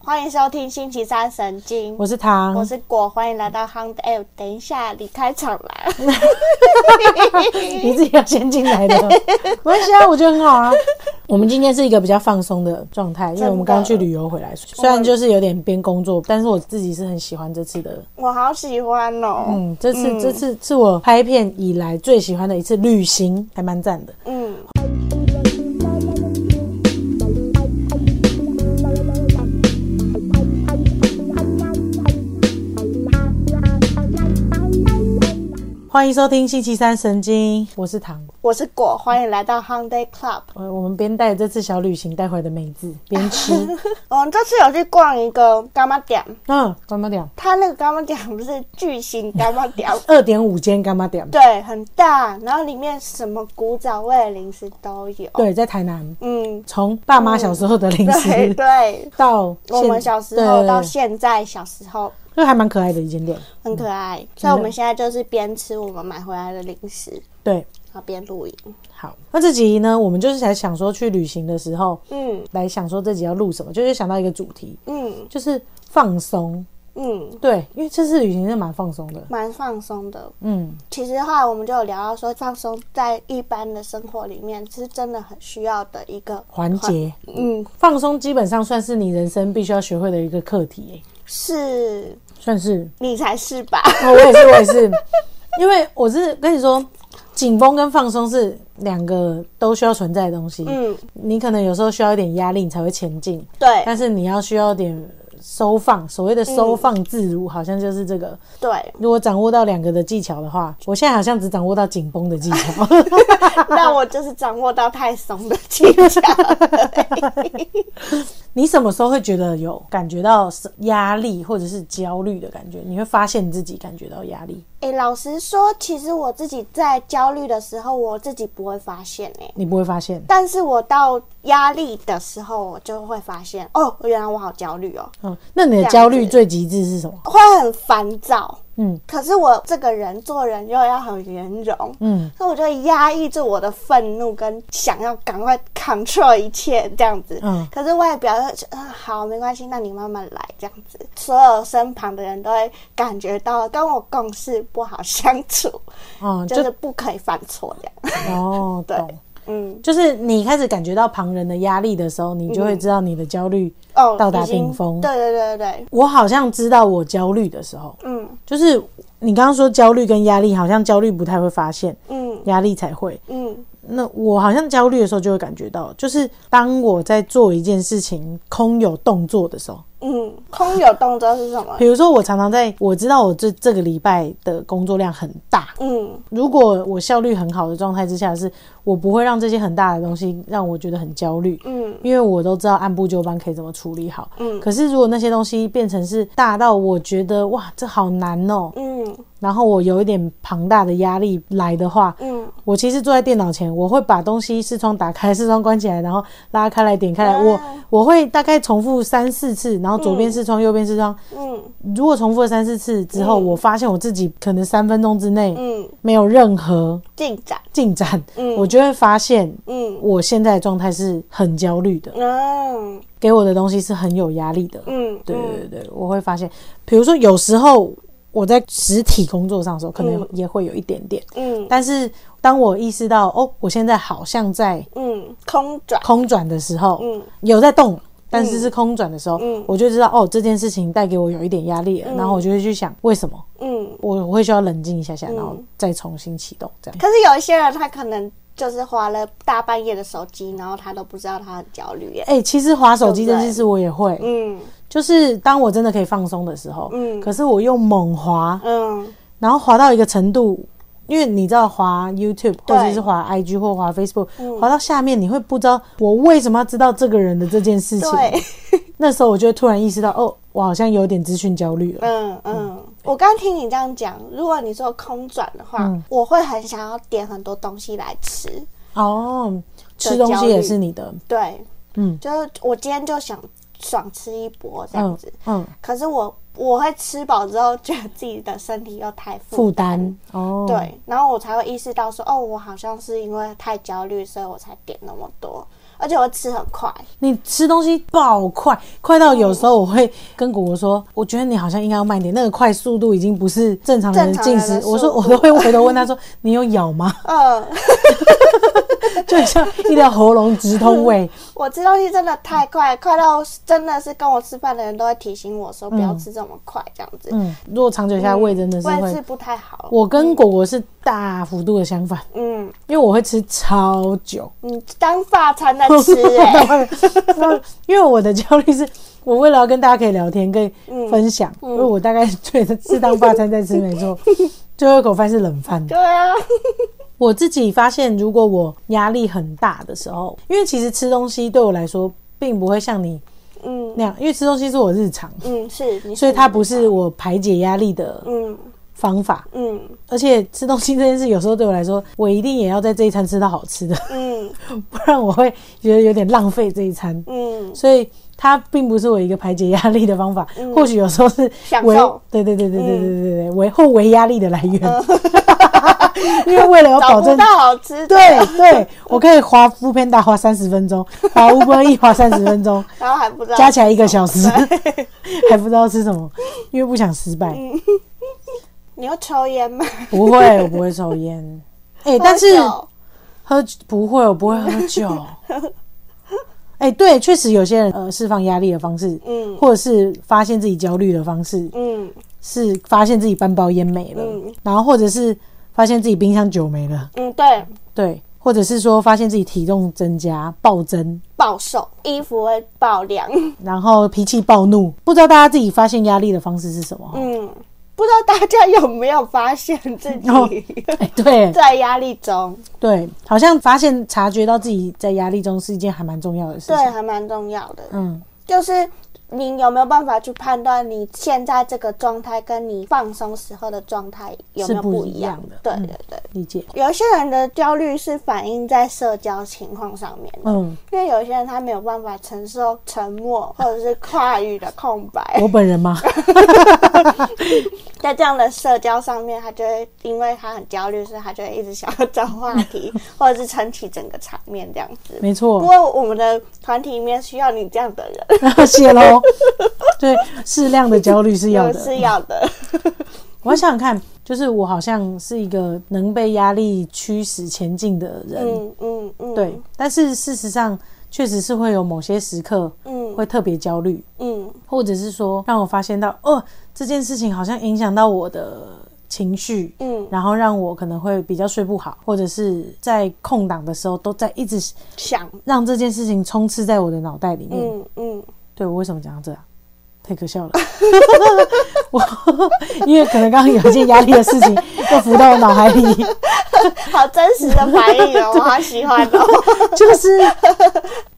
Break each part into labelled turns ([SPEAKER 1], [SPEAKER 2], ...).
[SPEAKER 1] 欢迎收听星期三神经，
[SPEAKER 2] 我是唐，
[SPEAKER 1] 我是果，欢迎来到 Hunt。哎、等一下，你开场啦！
[SPEAKER 2] 你自己要先进来 的，没关系啊，我觉得很好啊。我们今天是一个比较放松的状态，因为我们刚去旅游回来，虽然就是有点边工作，但是我自己是很喜欢这次的。
[SPEAKER 1] 我好喜欢哦。
[SPEAKER 2] 嗯，这次、这次是我拍片以来最喜欢的一次旅行，还蛮赞的。
[SPEAKER 1] 嗯，
[SPEAKER 2] 欢迎收听星期三神经，我是唐。
[SPEAKER 1] 我是果，欢迎来到 Hunt Day Club。
[SPEAKER 2] 我我们边带这次小旅行带回来的美字边 吃，
[SPEAKER 1] 我们哦这次有去逛一个干妈点，
[SPEAKER 2] 嗯，干妈点，
[SPEAKER 1] 它那个干妈点不是巨型干妈 点，
[SPEAKER 2] 二点五间干妈点，
[SPEAKER 1] 对，很大，然后里面什么古早味的零食都有。
[SPEAKER 2] 对，在台南，
[SPEAKER 1] 嗯，
[SPEAKER 2] 从爸妈小时候的零食。
[SPEAKER 1] 对对，
[SPEAKER 2] 到
[SPEAKER 1] 我
[SPEAKER 2] 现
[SPEAKER 1] 们小时候
[SPEAKER 2] 对
[SPEAKER 1] 到现在，小时候
[SPEAKER 2] 就还蛮可爱的一间店。
[SPEAKER 1] 很可爱，所以我们现在就是边吃我们买回来的零食，
[SPEAKER 2] 对，
[SPEAKER 1] 然后边录影。
[SPEAKER 2] 好，那这集呢，我们就是才想说去旅行的时候，
[SPEAKER 1] 嗯
[SPEAKER 2] 来想说这集要录什么，就是想到一个主题，
[SPEAKER 1] 嗯
[SPEAKER 2] 就是放松。
[SPEAKER 1] 嗯，
[SPEAKER 2] 对，因为这次旅行是蛮放松的。
[SPEAKER 1] 蛮放松的。
[SPEAKER 2] 嗯，
[SPEAKER 1] 其实后来我们就有聊到说，放松在一般的生活里面是真的很需要的一个
[SPEAKER 2] 环。节
[SPEAKER 1] 嗯，
[SPEAKER 2] 放松基本上算是你人生必须要学会的一个课题、欸，
[SPEAKER 1] 是
[SPEAKER 2] 算是。
[SPEAKER 1] 你才是吧？
[SPEAKER 2] 哦，我也是，我也是， 因为我是跟你说，紧绷跟放松是两个都需要存在的东西。
[SPEAKER 1] 嗯，
[SPEAKER 2] 你可能有时候需要一点压力，你才会前进。
[SPEAKER 1] 对
[SPEAKER 2] 但是你要需要点收放，所谓的
[SPEAKER 1] 嗯
[SPEAKER 2] 收放自如，好像就是这个。
[SPEAKER 1] 对。
[SPEAKER 2] 如果掌握到两个的技巧的话，我现在好像只掌握到紧绷的 技巧。
[SPEAKER 1] 那我就是掌握到太松的技巧。
[SPEAKER 2] 你什么时候会觉得有感觉到压力或者是焦虑的感觉？你会发现自己感觉到压力，
[SPEAKER 1] 哎、老实说，其实我自己在焦虑的时候，我自己不会发现哎、
[SPEAKER 2] 你不会发现。
[SPEAKER 1] 但是我到压力的时候，我就会发现哦，原来我好焦虑哦，
[SPEAKER 2] 嗯，那你的焦虑最极致是什么？
[SPEAKER 1] 会很烦躁。
[SPEAKER 2] 嗯
[SPEAKER 1] 可是我这个人做人又要很圆融，
[SPEAKER 2] 嗯，
[SPEAKER 1] 所以我就压抑住我的愤怒跟想要赶快 control 一切这样子。
[SPEAKER 2] 嗯
[SPEAKER 1] 可是外表就嗯、好没关系，那你慢慢来这样子。所有身旁的人都会感觉到跟我共事不好相处，
[SPEAKER 2] 哦、
[SPEAKER 1] 就
[SPEAKER 2] 就是
[SPEAKER 1] 不可以犯错这样。
[SPEAKER 2] 哦，
[SPEAKER 1] 对
[SPEAKER 2] 懂。
[SPEAKER 1] 嗯，
[SPEAKER 2] 就是你开始感觉到旁人的压力的时候，你就会知道你的焦虑。
[SPEAKER 1] 哦，
[SPEAKER 2] 到达
[SPEAKER 1] 已经
[SPEAKER 2] 顶峰
[SPEAKER 1] 对对对对对，
[SPEAKER 2] 我好像知道我焦虑的时候，
[SPEAKER 1] 嗯
[SPEAKER 2] 就是你刚刚说焦虑跟压力，好像焦虑不太会发现，
[SPEAKER 1] 嗯
[SPEAKER 2] 压力才会。
[SPEAKER 1] 嗯
[SPEAKER 2] 那我好像焦虑的时候就会感觉到，就是当我在做一件事情空有动作的时候，
[SPEAKER 1] 嗯，空有动作是 什么
[SPEAKER 2] 比？如说我常常在我知道我这这个礼拜的工作量很大，
[SPEAKER 1] 嗯
[SPEAKER 2] 如果我效率很好的状态之下，是我不会让这些很大的东西让我觉得很焦虑。
[SPEAKER 1] 嗯
[SPEAKER 2] 因为我都知道按部就班可以怎么处理好，
[SPEAKER 1] 嗯
[SPEAKER 2] 可是如果那些东西变成是大到我觉得哇这好难哦，
[SPEAKER 1] 嗯
[SPEAKER 2] 然后我有一点庞大的压力来的话，
[SPEAKER 1] 嗯，
[SPEAKER 2] 我其实坐在电脑前，我会把东西视窗打开，视窗关起来，然后拉开来，点开来，
[SPEAKER 1] 啊
[SPEAKER 2] 我我会大概重复三四次，然后左边
[SPEAKER 1] 嗯
[SPEAKER 2] 视窗，右边视窗。
[SPEAKER 1] 嗯
[SPEAKER 2] 如果重复了三四次之后，
[SPEAKER 1] 嗯
[SPEAKER 2] 我发现我自己可能三分钟之内
[SPEAKER 1] 嗯，
[SPEAKER 2] 没有任何
[SPEAKER 1] 进展。
[SPEAKER 2] 进展，
[SPEAKER 1] 嗯
[SPEAKER 2] 我就会发现
[SPEAKER 1] 嗯
[SPEAKER 2] 我现在的状态是很焦虑的，
[SPEAKER 1] 嗯
[SPEAKER 2] 给我的东西是很有压力的。
[SPEAKER 1] 嗯，
[SPEAKER 2] 对对对，对我会发现，比如说有时候我在实体工作上的时候，可能
[SPEAKER 1] 嗯
[SPEAKER 2] 也会有一点点。
[SPEAKER 1] 嗯
[SPEAKER 2] 但是当我意识到哦，我现在好像在
[SPEAKER 1] 嗯，空转，
[SPEAKER 2] 空转的时候，
[SPEAKER 1] 嗯
[SPEAKER 2] 有在动，但是是空转的时候，
[SPEAKER 1] 嗯
[SPEAKER 2] 我就知道哦，这件事情带给我有一点压力了，
[SPEAKER 1] 嗯
[SPEAKER 2] 然后我就会去想为什么，
[SPEAKER 1] 嗯。
[SPEAKER 2] 我我会需要冷静一下下，
[SPEAKER 1] 嗯
[SPEAKER 2] 然后再重新启动这样。
[SPEAKER 1] 可是有一些人，他可能就是划了大半夜的手机，然后他都不知道他很焦虑耶。
[SPEAKER 2] 哎、其实滑手机
[SPEAKER 1] 对
[SPEAKER 2] 这
[SPEAKER 1] 不对
[SPEAKER 2] 件事我也会，
[SPEAKER 1] 嗯
[SPEAKER 2] 就是当我真的可以放松的时候，
[SPEAKER 1] 嗯
[SPEAKER 2] 可是我又猛滑，
[SPEAKER 1] 嗯
[SPEAKER 2] 然后滑到一个程度，因为你知道滑 YouTube
[SPEAKER 1] 对
[SPEAKER 2] 或者是滑 IG 或滑 Facebook，、
[SPEAKER 1] 嗯
[SPEAKER 2] 滑到下面你会不知道我为什么要知道这个人的这件事情。
[SPEAKER 1] 对，
[SPEAKER 2] 那时候我就会突然意识到，哦，我好像有点资讯焦虑了。
[SPEAKER 1] 嗯嗯。我刚听你这样讲，如果你说空转的话，
[SPEAKER 2] 嗯
[SPEAKER 1] 我会很想要点很多东西来吃。
[SPEAKER 2] 哦，吃东西也是你的，
[SPEAKER 1] 对，
[SPEAKER 2] 嗯
[SPEAKER 1] 就是我今天就想爽吃一波这样
[SPEAKER 2] 嗯
[SPEAKER 1] 子。
[SPEAKER 2] 嗯，
[SPEAKER 1] 可是我我会吃饱之后，觉得自己的身体又太
[SPEAKER 2] 负
[SPEAKER 1] 负
[SPEAKER 2] 担哦，，
[SPEAKER 1] 对，然后我才会意识到说，哦，我好像是因为太焦虑，所以我才点那么多。而且我吃很快，
[SPEAKER 2] 你吃东西爆快，快到有时候我会跟果果说，我觉得你好像应该要慢点，那个快速度已经不是正常人进
[SPEAKER 1] 正常人
[SPEAKER 2] 食
[SPEAKER 1] 的。速度
[SPEAKER 2] 我说我都会回头问他说， 你有 咬吗？
[SPEAKER 1] 嗯，
[SPEAKER 2] 就很像一条喉咙直通胃。
[SPEAKER 1] 我吃东西真的太快，快到真的是跟我吃饭的人都会提醒我说不要吃这么快，这样子，
[SPEAKER 2] 嗯，如果长久下来，胃真的
[SPEAKER 1] 嗯
[SPEAKER 2] 是
[SPEAKER 1] 我也
[SPEAKER 2] 会
[SPEAKER 1] 吃。不太好。
[SPEAKER 2] 我跟果果是大幅度的相反，
[SPEAKER 1] 嗯，
[SPEAKER 2] 因为我会吃超久。
[SPEAKER 1] 你当法餐 在吃哎、
[SPEAKER 2] 因为我的焦虑是，我为了要跟大家可以聊天、跟分享，因为我大概觉得适当发餐在吃没错，最后一口饭是冷饭。
[SPEAKER 1] 对啊，
[SPEAKER 2] 我自己发现，如果我压力很大的时候，因为其实吃东西对我来说，并不会像你
[SPEAKER 1] 嗯
[SPEAKER 2] 那样，因为吃东西是我日常，
[SPEAKER 1] 嗯是，你
[SPEAKER 2] 所以它不是我排解压力的
[SPEAKER 1] 嗯
[SPEAKER 2] 方法。
[SPEAKER 1] 嗯
[SPEAKER 2] 而且吃东西这件事，有时候对我来说，我一定也要在这一餐吃到好吃的，
[SPEAKER 1] 嗯
[SPEAKER 2] 不然我会觉得有点浪费这一餐。
[SPEAKER 1] 嗯
[SPEAKER 2] 所以它并不是我一个排解压力的方法，或许有时候是
[SPEAKER 1] 享
[SPEAKER 2] 为
[SPEAKER 1] 受嗯
[SPEAKER 2] 对对对对对对对对对为后为压力的来源， 因为为了要
[SPEAKER 1] 找
[SPEAKER 2] 保
[SPEAKER 1] 不
[SPEAKER 2] 证。
[SPEAKER 1] 到好吃的，
[SPEAKER 2] 对对，我可以滑 f o o Panda 滑三十分钟，滑 Uber E 滑三十 分钟，
[SPEAKER 1] 然后还不知道
[SPEAKER 2] 加起来一个小时， 还不知道吃什么，因为不想失败。
[SPEAKER 1] 嗯你会抽烟吗？
[SPEAKER 2] 不会，我不会抽烟。哎、但是
[SPEAKER 1] 喝酒
[SPEAKER 2] 喝不会，我不会喝酒。 哎、对，确实有些人呃释放压力的方式，
[SPEAKER 1] 嗯
[SPEAKER 2] 或者是发现自己焦虑的方式，
[SPEAKER 1] 嗯
[SPEAKER 2] 是发现自己半包烟没了，
[SPEAKER 1] 嗯
[SPEAKER 2] 然后或者是发现自己冰箱酒没了，
[SPEAKER 1] 嗯对，
[SPEAKER 2] 对，或者是说发现自己体重增加暴增，
[SPEAKER 1] 暴瘦，衣服会爆凉，
[SPEAKER 2] 然后脾气暴怒，不知道大家自己发现压力的方式是什么？
[SPEAKER 1] 嗯，不知道大家有没有发现自
[SPEAKER 2] 哦
[SPEAKER 1] 己
[SPEAKER 2] 哎、对
[SPEAKER 1] 在压力中？
[SPEAKER 2] 对，好像发现察觉到自己在压力中是一件还蛮重要的事
[SPEAKER 1] 对，
[SPEAKER 2] 情。
[SPEAKER 1] 还蛮重要的。
[SPEAKER 2] 嗯，
[SPEAKER 1] 就是你有没有办法去判断你现在这个状态跟你放松时候的状态有没有
[SPEAKER 2] 是不
[SPEAKER 1] 一
[SPEAKER 2] 一
[SPEAKER 1] 样
[SPEAKER 2] 样的
[SPEAKER 1] 对
[SPEAKER 2] 嗯
[SPEAKER 1] 对对，
[SPEAKER 2] 理解。
[SPEAKER 1] 有一些人的焦虑是反映在社交情况上面的。
[SPEAKER 2] 嗯，
[SPEAKER 1] 因为有一些人他没有办法承受沉默或者是话语的空白，
[SPEAKER 2] 我本人吗？
[SPEAKER 1] 在这样的社交上面，他就会因为他很焦虑，所以他就会一直想要找话 题，或者是撑起整个场面这样子。
[SPEAKER 2] 没
[SPEAKER 1] 不
[SPEAKER 2] 错，
[SPEAKER 1] 过我们的团体里面需要你这样的人，
[SPEAKER 2] 谢喽。对，适量的焦虑是要
[SPEAKER 1] 有
[SPEAKER 2] 的，
[SPEAKER 1] 是要 的。
[SPEAKER 2] 我想想看，就是我好像是一个能被压力驱使前进的人，
[SPEAKER 1] 嗯嗯嗯，
[SPEAKER 2] 对。但是事实上，确实是会有某些时刻
[SPEAKER 1] 嗯，
[SPEAKER 2] 会特别焦虑，
[SPEAKER 1] 嗯
[SPEAKER 2] 或者是说让我发现到，哦，这件事情好像影响到我的情绪，
[SPEAKER 1] 嗯，
[SPEAKER 2] 然后让我可能会比较睡不好，或者是在空档的时候都在一直
[SPEAKER 1] 想，
[SPEAKER 2] 让这件事情充斥在我的脑袋里面。
[SPEAKER 1] 嗯嗯
[SPEAKER 2] 对我为什么讲到这啊？太可笑了！ 我 因为可能刚刚有一件压力的事情又浮到我脑海里，
[SPEAKER 1] 好真实的反应哦，我好喜欢哦。
[SPEAKER 2] 就是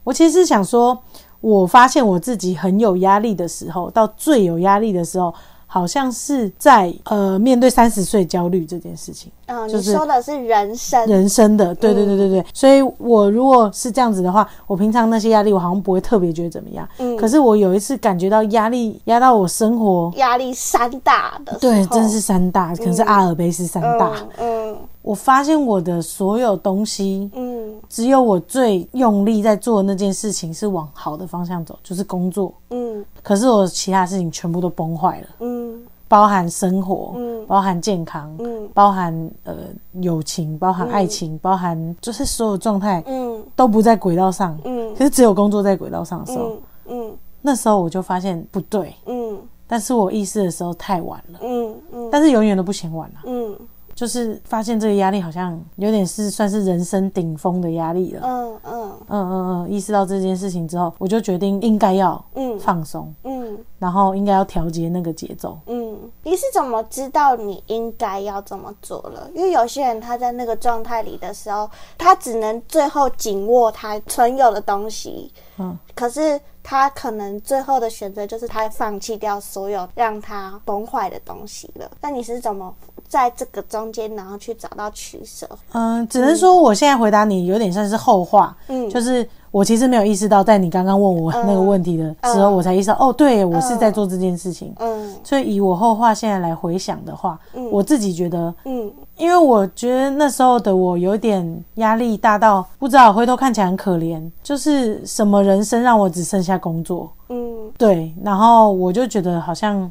[SPEAKER 2] 我其实想说，我发现我自己很有压力的时候，到最有压力的时候，好像是在呃面对三十岁焦虑这件事情，
[SPEAKER 1] 嗯，
[SPEAKER 2] 就
[SPEAKER 1] 你
[SPEAKER 2] 是
[SPEAKER 1] 说的是人生，
[SPEAKER 2] 人生的，对对对对对。所以我如果是这样子的话，我平常那些压力我好像不会特别觉得怎么样，
[SPEAKER 1] 嗯
[SPEAKER 2] 可是我有一次感觉到压力压到我生活。
[SPEAKER 1] 压力山大的时候，
[SPEAKER 2] 对，真是山大，可能是阿尔卑斯山大。
[SPEAKER 1] 嗯
[SPEAKER 2] 我发现我的所有东西，
[SPEAKER 1] 嗯
[SPEAKER 2] 只有我最用力在做的那件事情是往好的方向走，就是工作。
[SPEAKER 1] 嗯
[SPEAKER 2] 可是我其他事情全部都崩坏了，
[SPEAKER 1] 嗯
[SPEAKER 2] 包含生活，
[SPEAKER 1] 嗯
[SPEAKER 2] 包含健康，
[SPEAKER 1] 嗯
[SPEAKER 2] 包含呃友情，包含爱情，包含就是所有状态
[SPEAKER 1] 嗯
[SPEAKER 2] 都不在轨道上。
[SPEAKER 1] 嗯
[SPEAKER 2] 可是只有工作在轨道上的时候，
[SPEAKER 1] 嗯嗯
[SPEAKER 2] 那时候我就发现不对，
[SPEAKER 1] 嗯
[SPEAKER 2] 但是我意识的时候太晚了，
[SPEAKER 1] 嗯嗯
[SPEAKER 2] 但是永远都不嫌晚啊。
[SPEAKER 1] 嗯
[SPEAKER 2] 就是发现这个压力好像有点是算是人生顶峰的压力了。
[SPEAKER 1] 嗯嗯
[SPEAKER 2] 嗯嗯嗯，意识到这件事情之后，我就决定应该要
[SPEAKER 1] 嗯
[SPEAKER 2] 放松，
[SPEAKER 1] 嗯
[SPEAKER 2] 然后应该要调节那个节奏。
[SPEAKER 1] 嗯，你是怎么知道你应该要这么做了？因为有些人他在那个状态里的时候，他只能最后紧握他存有的东西，
[SPEAKER 2] 嗯，
[SPEAKER 1] 可是他可能最后的选择就是他放弃掉所有让他崩坏的东西了。那你是怎么在这个中间，然后去找到取舍？
[SPEAKER 2] 嗯，只能说我现在回答你有点像是后话，
[SPEAKER 1] 嗯
[SPEAKER 2] 就是我其实没有意识到，在你刚刚问我那个问题的时候，
[SPEAKER 1] 嗯
[SPEAKER 2] 我才意识到，哦，对我是在做这件事情。
[SPEAKER 1] 嗯
[SPEAKER 2] 所以以我后话现在来回想的话，
[SPEAKER 1] 嗯
[SPEAKER 2] 我自己觉得，
[SPEAKER 1] 嗯
[SPEAKER 2] 因为我觉得那时候的我有点压力大到不知道，回头看起来很可怜，就是什么人生让我只剩下工作，
[SPEAKER 1] 嗯
[SPEAKER 2] 对，然后我就觉得好像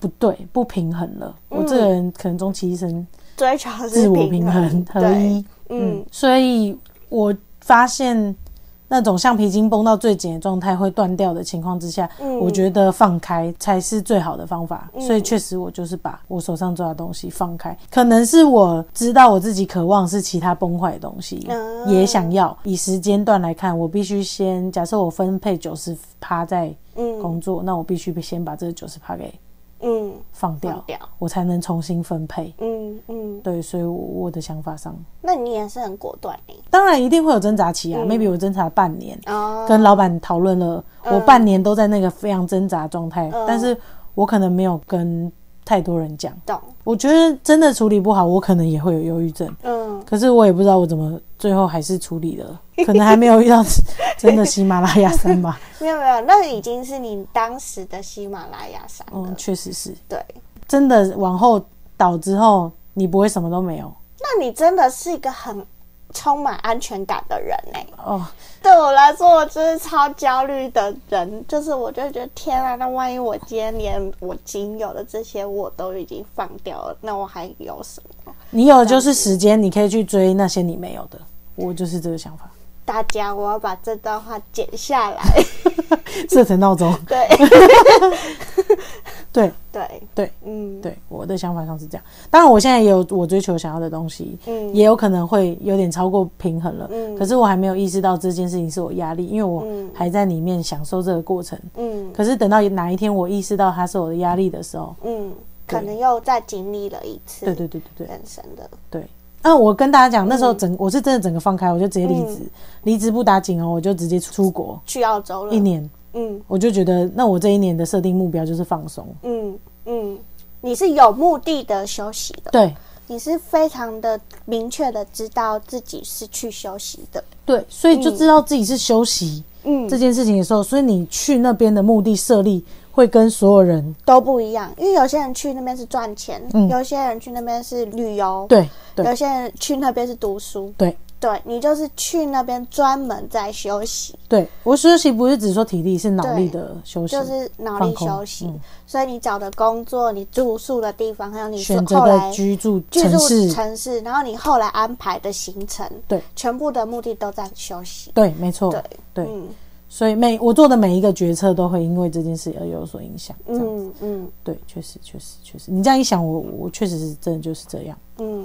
[SPEAKER 2] 不对，不平衡了。我这个人可能终其一生
[SPEAKER 1] 追求是
[SPEAKER 2] 自我
[SPEAKER 1] 平
[SPEAKER 2] 平衡合
[SPEAKER 1] 对，
[SPEAKER 2] 一，嗯
[SPEAKER 1] 嗯，
[SPEAKER 2] 所以我发现那种橡皮筋绷到最紧的状态会断掉的情况之下，
[SPEAKER 1] 嗯
[SPEAKER 2] 我觉得放开才是最好的方法。
[SPEAKER 1] 嗯
[SPEAKER 2] 所以确实，我就是把我手上抓的东西放开，可能是我知道我自己渴望是其他崩坏的东西，
[SPEAKER 1] 嗯
[SPEAKER 2] 也想要。以时间段来看，我必须先假设我分配九十趴在
[SPEAKER 1] 嗯
[SPEAKER 2] 工作，那我必须先把这九十趴给
[SPEAKER 1] 嗯
[SPEAKER 2] 放掉，
[SPEAKER 1] 放掉
[SPEAKER 2] 我才能重新分配。
[SPEAKER 1] 嗯嗯，
[SPEAKER 2] 对，所以我我的想法上，
[SPEAKER 1] 那你也是很果断欸的
[SPEAKER 2] 当然一定会有挣扎期啊。maybe 我挣扎半年，
[SPEAKER 1] 哦，
[SPEAKER 2] 跟老板讨论了，
[SPEAKER 1] 嗯
[SPEAKER 2] 我半年都在那个非常挣扎状态，
[SPEAKER 1] 嗯
[SPEAKER 2] 但是我可能没有跟太多人讲。
[SPEAKER 1] 懂，
[SPEAKER 2] 我觉得真的处理不好，我可能也会有忧郁症。
[SPEAKER 1] 嗯
[SPEAKER 2] 可是我也不知道我怎么最后还是处理 了，可能还没有遇到真的喜马拉雅山吧。
[SPEAKER 1] 没有没有，那已经是你当时的喜马拉雅山了，
[SPEAKER 2] 嗯，确实是
[SPEAKER 1] 对。
[SPEAKER 2] 真的往后倒之后，你不会什么都没有
[SPEAKER 1] 那你真的是一个很充满安全感的人哎、
[SPEAKER 2] 哦。
[SPEAKER 1] 对我来说，我就是超焦虑的人，就是我就觉得天啊，那万一我今天连我仅有的这些我都已经放掉了，那我还有什么？
[SPEAKER 2] 你有的就是时间，你可以去追那些你没有的。我就是这个想 法，
[SPEAKER 1] 大家，我要把这段话剪下来。
[SPEAKER 2] 设成闹钟。
[SPEAKER 1] 对
[SPEAKER 2] 对，
[SPEAKER 1] 对
[SPEAKER 2] 对，
[SPEAKER 1] 嗯，
[SPEAKER 2] 对，我的想法上是这样。当然，我现在也有我追求想要的东西，
[SPEAKER 1] 嗯
[SPEAKER 2] 也有可能会有点超过平衡了。
[SPEAKER 1] 嗯
[SPEAKER 2] 可是我还没有意识到这件事情是我压力，因为我
[SPEAKER 1] 嗯
[SPEAKER 2] 还在里面享受这个过程。
[SPEAKER 1] 嗯
[SPEAKER 2] 可是等到哪一天我意识到它是我的压力的时候，
[SPEAKER 1] 嗯，可能又再经历了一次
[SPEAKER 2] 对对对对对
[SPEAKER 1] 人生的，
[SPEAKER 2] 对。那我跟大家讲，那时
[SPEAKER 1] 嗯
[SPEAKER 2] 候整、我是真的整个放开，我就直接离职，离职不打紧哦，我就直接出国
[SPEAKER 1] 去澳洲了，
[SPEAKER 2] 一，年。
[SPEAKER 1] 嗯
[SPEAKER 2] 我就觉得，那我这一年的设定目标就是放松。
[SPEAKER 1] 嗯嗯，你是有目的的休息的。
[SPEAKER 2] 对
[SPEAKER 1] 你是非常的明确的知道自己是去休息的，
[SPEAKER 2] 对，所以就知道自己是休息。
[SPEAKER 1] 嗯
[SPEAKER 2] 这件事情的时候，所以你去那边的目的设立会跟所有人
[SPEAKER 1] 都不一样。因为有些人去那边是赚钱，
[SPEAKER 2] 嗯
[SPEAKER 1] 有些人去那边是旅游，，
[SPEAKER 2] 对
[SPEAKER 1] 有
[SPEAKER 2] 对
[SPEAKER 1] 些人去那边是读书，
[SPEAKER 2] 对
[SPEAKER 1] 对你就是去那边专门在休息，
[SPEAKER 2] 对，我休息不是只说体力，是脑力的休息，
[SPEAKER 1] 就是脑
[SPEAKER 2] 放
[SPEAKER 1] 力
[SPEAKER 2] 空
[SPEAKER 1] 休息。
[SPEAKER 2] 嗯
[SPEAKER 1] 所以你找的工作、你住宿的地方，还有你是
[SPEAKER 2] 选择
[SPEAKER 1] 后
[SPEAKER 2] 的
[SPEAKER 1] 来
[SPEAKER 2] 居住
[SPEAKER 1] 居
[SPEAKER 2] 城
[SPEAKER 1] 住
[SPEAKER 2] 市，
[SPEAKER 1] 城市，然后你后来安排的行程，
[SPEAKER 2] 对
[SPEAKER 1] 全部的目的都在休息。
[SPEAKER 2] 对，没错，
[SPEAKER 1] 对
[SPEAKER 2] 对
[SPEAKER 1] 嗯
[SPEAKER 2] 所以每我做的每一个决策都会因为这件事而有所影响。这样
[SPEAKER 1] 嗯嗯
[SPEAKER 2] 对，确实确实确实，你这样一想，我我确实是真的就是这样。
[SPEAKER 1] 嗯，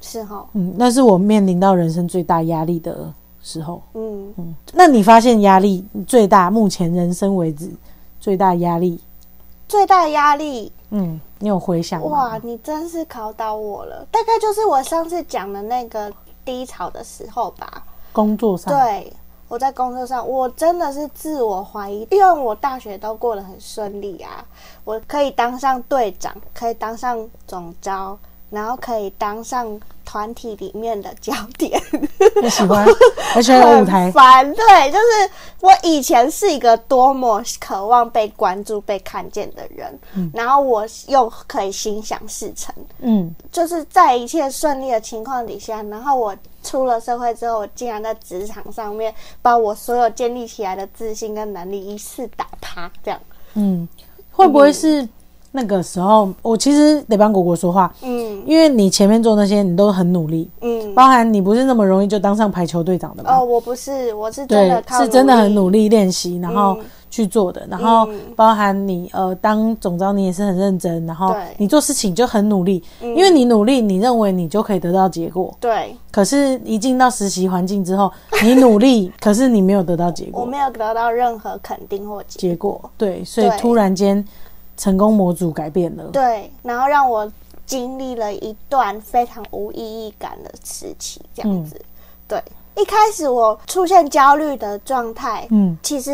[SPEAKER 1] 是哈，
[SPEAKER 2] 嗯，那是我面临到人生最大压力的时候。
[SPEAKER 1] 嗯。
[SPEAKER 2] 嗯，那你发现压力最大，目前人生为止最大压力，
[SPEAKER 1] 最大压力
[SPEAKER 2] 嗯，你有回想吗？
[SPEAKER 1] 哇，你真是考倒我了。大概就是我上次讲的那个低潮的时候吧。
[SPEAKER 2] 工作上，
[SPEAKER 1] 对，我在工作上，我真的是自我怀疑，因为我大学都过得很顺利啊，我可以当上队长，可以当上总招，然后可以当上团体里面的焦 点。
[SPEAKER 2] 我 喜欢，而且有舞
[SPEAKER 1] 很
[SPEAKER 2] 台，
[SPEAKER 1] 烦，对，就是我以前是一个多么渴望被关注、被看见的人，然后我又可以心想事成，
[SPEAKER 2] 嗯，
[SPEAKER 1] 就是在一切顺利的情况底下，然后我出了社会之后，我竟然在职场上面把我所有建立起来的自信跟能力一次打趴，这样，
[SPEAKER 2] 嗯，会不会是那个时候？我其实得帮果果说话，
[SPEAKER 1] 嗯
[SPEAKER 2] 因为你前面做那些，你都很努力，
[SPEAKER 1] 嗯，
[SPEAKER 2] 包含你不是那么容易就当上排球队长的嘛。
[SPEAKER 1] 哦，我不是，我是真
[SPEAKER 2] 对
[SPEAKER 1] 的，靠
[SPEAKER 2] 是真的很
[SPEAKER 1] 力，嗯
[SPEAKER 2] 努力练习，然后去做的，然后包含你呃当总招你也是很认真，然后
[SPEAKER 1] 对嗯
[SPEAKER 2] 你做事情就很努力，因为你努力，你认为你就可以得到结果，
[SPEAKER 1] 对
[SPEAKER 2] 可是，一进到实习环境之后，你努力，可是你没有得到结
[SPEAKER 1] 我
[SPEAKER 2] 果。
[SPEAKER 1] 没有得到任何肯定或解
[SPEAKER 2] 结果对，所以
[SPEAKER 1] 对
[SPEAKER 2] 突然间成功模组改变了。
[SPEAKER 1] 对，然后让我
[SPEAKER 2] 嗯
[SPEAKER 1] 经历了一段非常无意义感的时期，这样子。对，一开始我出现焦虑的状态，
[SPEAKER 2] 嗯
[SPEAKER 1] 其实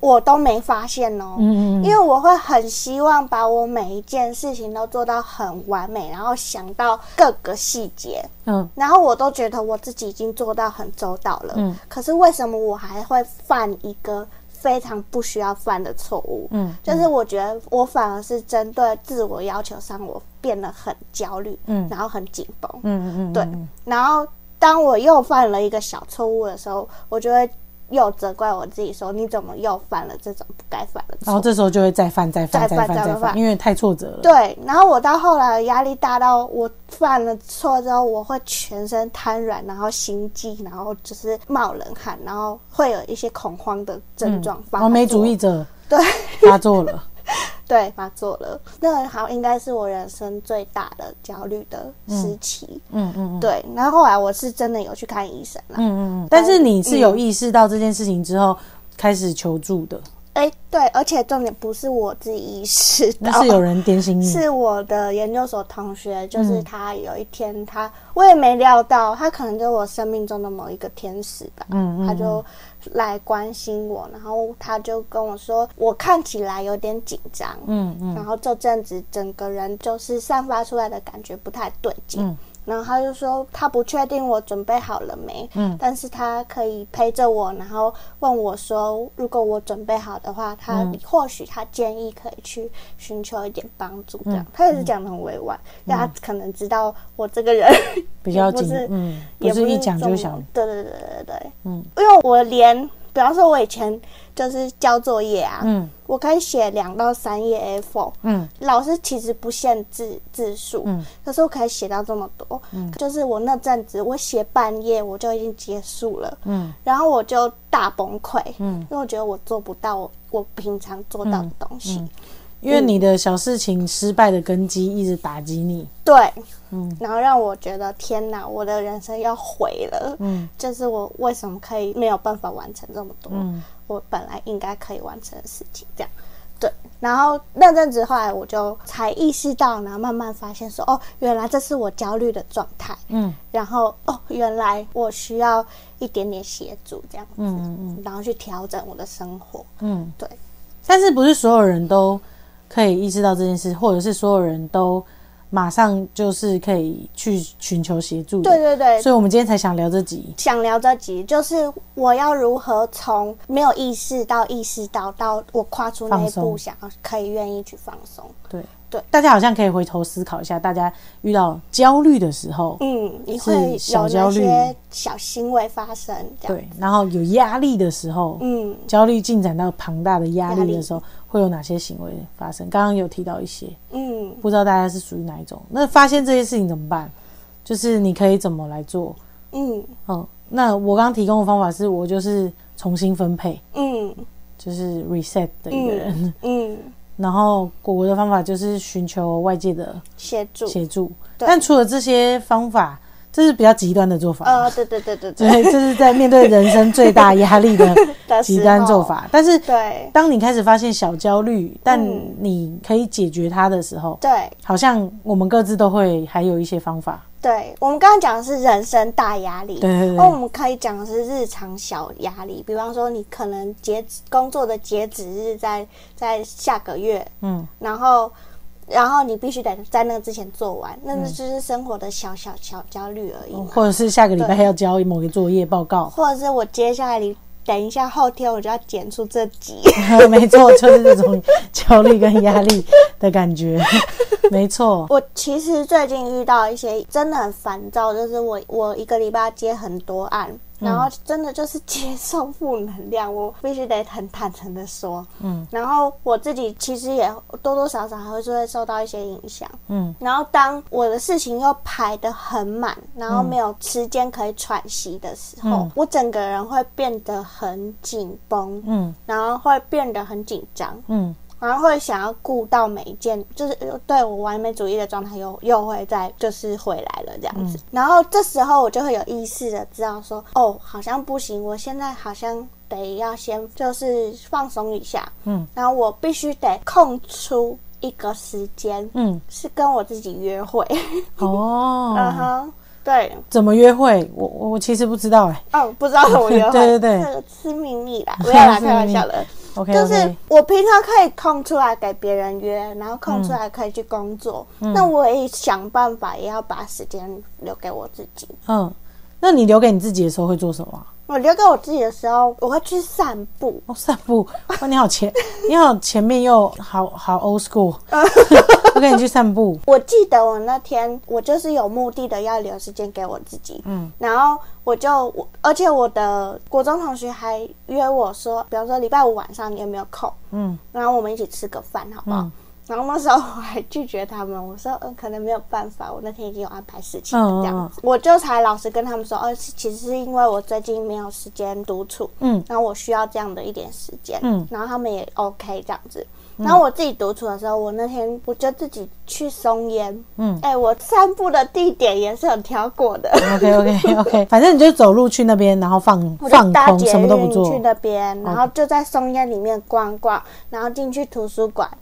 [SPEAKER 1] 我都没发现哦、
[SPEAKER 2] 嗯嗯
[SPEAKER 1] 因为我会很希望把我每一件事情都做到很完美，然后想到各个细节，
[SPEAKER 2] 嗯
[SPEAKER 1] 然后我都觉得我自己已经做到很周到了。
[SPEAKER 2] 嗯
[SPEAKER 1] 可是为什么我还会犯一个非常不需要犯的错误？
[SPEAKER 2] 嗯
[SPEAKER 1] 就是我觉得我反而是针对自我要求上，我变得很焦虑，
[SPEAKER 2] 嗯
[SPEAKER 1] 然后很紧绷，
[SPEAKER 2] 嗯嗯嗯，
[SPEAKER 1] 对，然后当我又犯了一个小错误的时候，我就会又责怪我自己说：“你怎么又犯了这种不该犯的
[SPEAKER 2] 然
[SPEAKER 1] 错
[SPEAKER 2] 后？”这时候就会再犯、再犯、
[SPEAKER 1] 再
[SPEAKER 2] 再
[SPEAKER 1] 犯
[SPEAKER 2] 犯、
[SPEAKER 1] 再
[SPEAKER 2] 再犯，
[SPEAKER 1] 犯
[SPEAKER 2] 因为太挫折了。
[SPEAKER 1] 对，然后我到后来的压力大到我犯了错之后，我会全身瘫软，然后心悸，然后就是冒冷汗，然后会有一些恐慌的症状。发
[SPEAKER 2] 嗯完美主
[SPEAKER 1] 作
[SPEAKER 2] 义者
[SPEAKER 1] 对
[SPEAKER 2] 发作了。
[SPEAKER 1] 对发作了，那好应该是我人生最大的焦虑的时期。
[SPEAKER 2] 嗯嗯嗯
[SPEAKER 1] 对，然后后来我是真的有去看医生了。
[SPEAKER 2] 嗯嗯嗯。但是你是有意识到这件事情之后开始求助的，
[SPEAKER 1] 哎、对，而且重点不是我自己意识
[SPEAKER 2] 那
[SPEAKER 1] 到，
[SPEAKER 2] 是有人点醒你。
[SPEAKER 1] 哦是我的研究所同学，
[SPEAKER 2] 嗯
[SPEAKER 1] 就是他有一天他，我也没料到，他可能就是我生命中的某一个天使吧，
[SPEAKER 2] 嗯嗯
[SPEAKER 1] 他就来关心我，然后他就跟我说，我看起来有点紧张，
[SPEAKER 2] 嗯嗯
[SPEAKER 1] 然后这阵子整个人就是散发出来的感觉不太对劲。
[SPEAKER 2] 嗯
[SPEAKER 1] 然后他就说他不确定我准备好了没，
[SPEAKER 2] 嗯
[SPEAKER 1] 但是他可以陪着我，然后问我说，如果我准备好的话，他、
[SPEAKER 2] 嗯
[SPEAKER 1] 或许他建议可以去寻求一点帮助，这样、
[SPEAKER 2] 嗯
[SPEAKER 1] 他也是讲的很委婉，但他可能知道我这个人
[SPEAKER 2] 比较
[SPEAKER 1] 也不
[SPEAKER 2] 紧
[SPEAKER 1] 是，
[SPEAKER 2] 嗯，不
[SPEAKER 1] 也
[SPEAKER 2] 是一讲就
[SPEAKER 1] 中
[SPEAKER 2] 想。
[SPEAKER 1] 对对对对对，
[SPEAKER 2] 嗯
[SPEAKER 1] 因为我连比方说我以前就是交作业啊，
[SPEAKER 2] 嗯
[SPEAKER 1] 我可以写两到三页 A4，
[SPEAKER 2] 嗯
[SPEAKER 1] 老师其实不限字字数，
[SPEAKER 2] 嗯
[SPEAKER 1] 可是我可以写到这么多，就是我那阵子我写半页我就已经结束了，
[SPEAKER 2] 嗯
[SPEAKER 1] 然后我就大崩溃，
[SPEAKER 2] 嗯，
[SPEAKER 1] 因为我觉得我做不到我我平常做到的东西，
[SPEAKER 2] 嗯因为你
[SPEAKER 1] 嗯
[SPEAKER 2] 的小事情失败的根基一直打击你。
[SPEAKER 1] 对，
[SPEAKER 2] 嗯
[SPEAKER 1] 然后让我觉得天哪，我的人生要毁了，
[SPEAKER 2] 嗯
[SPEAKER 1] 就是我为什么可以没有办法完成这么多，
[SPEAKER 2] 嗯
[SPEAKER 1] 我本来应该可以完成的事情，这样。对，然后那阵子后来我就才意识到，然后慢慢发现说，哦，原来这是我焦虑的状态，
[SPEAKER 2] 嗯
[SPEAKER 1] 然后哦，原来我需要一点点协助这样子，
[SPEAKER 2] 嗯嗯
[SPEAKER 1] 然后去调整我的生活。
[SPEAKER 2] 嗯。
[SPEAKER 1] 对，
[SPEAKER 2] 但是不是所有人都可以意识到这件事，或者是所有人都马上就是可以去寻求协助的。
[SPEAKER 1] 对对对，
[SPEAKER 2] 所以我们今天才想聊这集。
[SPEAKER 1] 想聊这集就是我要如何从没有意识到意识到到我跨出那一
[SPEAKER 2] 放松
[SPEAKER 1] 步，想要可以愿意去放松。
[SPEAKER 2] 对
[SPEAKER 1] 对，
[SPEAKER 2] 大家好像可以回头思考一下，大家遇到焦虑的时候，
[SPEAKER 1] 嗯，你会有
[SPEAKER 2] 小
[SPEAKER 1] 那
[SPEAKER 2] 焦虑
[SPEAKER 1] 些小行为发生，这样。
[SPEAKER 2] 对，然后有压力的时候，
[SPEAKER 1] 嗯，
[SPEAKER 2] 焦虑进展到庞大的压
[SPEAKER 1] 压
[SPEAKER 2] 力
[SPEAKER 1] 力
[SPEAKER 2] 的时候，会有哪些行为发生？刚刚有提到一些，
[SPEAKER 1] 嗯，
[SPEAKER 2] 不知道大家是属于哪一种。那发现这些事情怎么办？就是你可以怎么来做？
[SPEAKER 1] 嗯
[SPEAKER 2] 嗯，那我刚刚提供的方法是我就是重新分配，
[SPEAKER 1] 嗯
[SPEAKER 2] 就是 reset 的一个人。
[SPEAKER 1] 嗯，
[SPEAKER 2] 然后果果的方法就是寻求外界的
[SPEAKER 1] 协助。
[SPEAKER 2] 协助。
[SPEAKER 1] 对
[SPEAKER 2] 但除了这些方法，这是比较极端的做法。
[SPEAKER 1] 呃，对对对对
[SPEAKER 2] 对，这是在面对人生最大压力的
[SPEAKER 1] 的
[SPEAKER 2] 极
[SPEAKER 1] 时
[SPEAKER 2] 端
[SPEAKER 1] 候
[SPEAKER 2] 做。 法。但是，
[SPEAKER 1] 对
[SPEAKER 2] 当你开始发现小焦虑，但
[SPEAKER 1] 嗯
[SPEAKER 2] 你可以解决它的时候，
[SPEAKER 1] 对
[SPEAKER 2] 好像我们各自都会还有一些方法。
[SPEAKER 1] 对，我们刚刚讲的是人生大压力，
[SPEAKER 2] 对对
[SPEAKER 1] 那我
[SPEAKER 2] 对，
[SPEAKER 1] 们可以讲的是日常小压力，比方说你可能截止工作的截止日在在下个月，
[SPEAKER 2] 嗯
[SPEAKER 1] 然后然后你必须得在那之前做完，那就是生活的小小小焦虑而已嘛。
[SPEAKER 2] 或者是下个礼拜
[SPEAKER 1] 对
[SPEAKER 2] 要交某个作业报告，
[SPEAKER 1] 或者是我接下来你等一下后天我就要剪出这集，
[SPEAKER 2] 没错，就是这种焦虑跟压力的感觉， 没错。
[SPEAKER 1] 我其实最近遇到一些真的很烦躁，就是我我一个礼拜接很多案，
[SPEAKER 2] 嗯
[SPEAKER 1] 然后真的就是接受负能量，我必须得很坦诚的说，
[SPEAKER 2] 嗯，
[SPEAKER 1] 然后我自己其实也多多少少还会是会受到一些影响，
[SPEAKER 2] 嗯
[SPEAKER 1] 然后当我的事情又排得很满，然后没有时间可以喘息的时候，
[SPEAKER 2] 嗯
[SPEAKER 1] 我整个人会变得很紧绷，
[SPEAKER 2] 嗯
[SPEAKER 1] 然后会变得很紧张，
[SPEAKER 2] 嗯
[SPEAKER 1] 然后会想要顾到每一件，就是呃对我完美主义的状态又又会再就是回来了这样
[SPEAKER 2] 嗯
[SPEAKER 1] 子。然后这时候我就会有意识的知道说，哦，好像不行，我现在好像得要先就是放松一下，
[SPEAKER 2] 嗯，
[SPEAKER 1] 然后我必须得空出一个时间
[SPEAKER 2] 嗯，
[SPEAKER 1] 是跟我自己约会，
[SPEAKER 2] 哦，
[SPEAKER 1] 嗯哼，对，
[SPEAKER 2] 怎么约会？我我我其实不知道哎、
[SPEAKER 1] 哦，不知道怎么约会，
[SPEAKER 2] 对对对
[SPEAKER 1] 这个是秘密 啦，没有啦，
[SPEAKER 2] 是秘密
[SPEAKER 1] 开玩笑的。
[SPEAKER 2] OK
[SPEAKER 1] 就
[SPEAKER 2] OK，
[SPEAKER 1] 是我平常可以空出来给别人约，然后空出来可以去工作，那我也想办法也要把时间留给我自己。
[SPEAKER 2] 嗯，那你留给你自己的时候会做什么啊？
[SPEAKER 1] 我留给我自己的时候，我会去散步。
[SPEAKER 2] 哦，散步，哇，你好 前，你好前面又好好 old school，我
[SPEAKER 1] 嗯
[SPEAKER 2] 跟你去散步，
[SPEAKER 1] 我记得我那天我就是有目的的要留时间给我自己，嗯，然后我就我，而且我的国中同学还约我说，比方说礼拜五晚上你有没有空，
[SPEAKER 2] 嗯，
[SPEAKER 1] 然后我们一起吃个饭好不好？
[SPEAKER 2] 嗯
[SPEAKER 1] 然后那时候我还拒绝他们，我说嗯，可能没有办法，我那天已经有安排事情了
[SPEAKER 2] 嗯嗯
[SPEAKER 1] 这样子，我就才老实跟他们说，哦，是其实是因为我最近没有时间独处，
[SPEAKER 2] 嗯
[SPEAKER 1] 然后我需要这样的一点时间，
[SPEAKER 2] 嗯
[SPEAKER 1] 然后他们也 OK 这样子。然后我自己独处的时候，我那天我就自己去松烟，
[SPEAKER 2] 嗯
[SPEAKER 1] 哎、我散步的地点也是很挑过的，
[SPEAKER 2] ，OK OK OK，反正你就走路去那边，然后放
[SPEAKER 1] 我
[SPEAKER 2] 放
[SPEAKER 1] 就搭
[SPEAKER 2] 空，
[SPEAKER 1] 捷
[SPEAKER 2] 什么都不
[SPEAKER 1] 运
[SPEAKER 2] 做哦
[SPEAKER 1] 去，那边，然后就在松烟里面逛逛，然后进去图书馆，
[SPEAKER 2] 嗯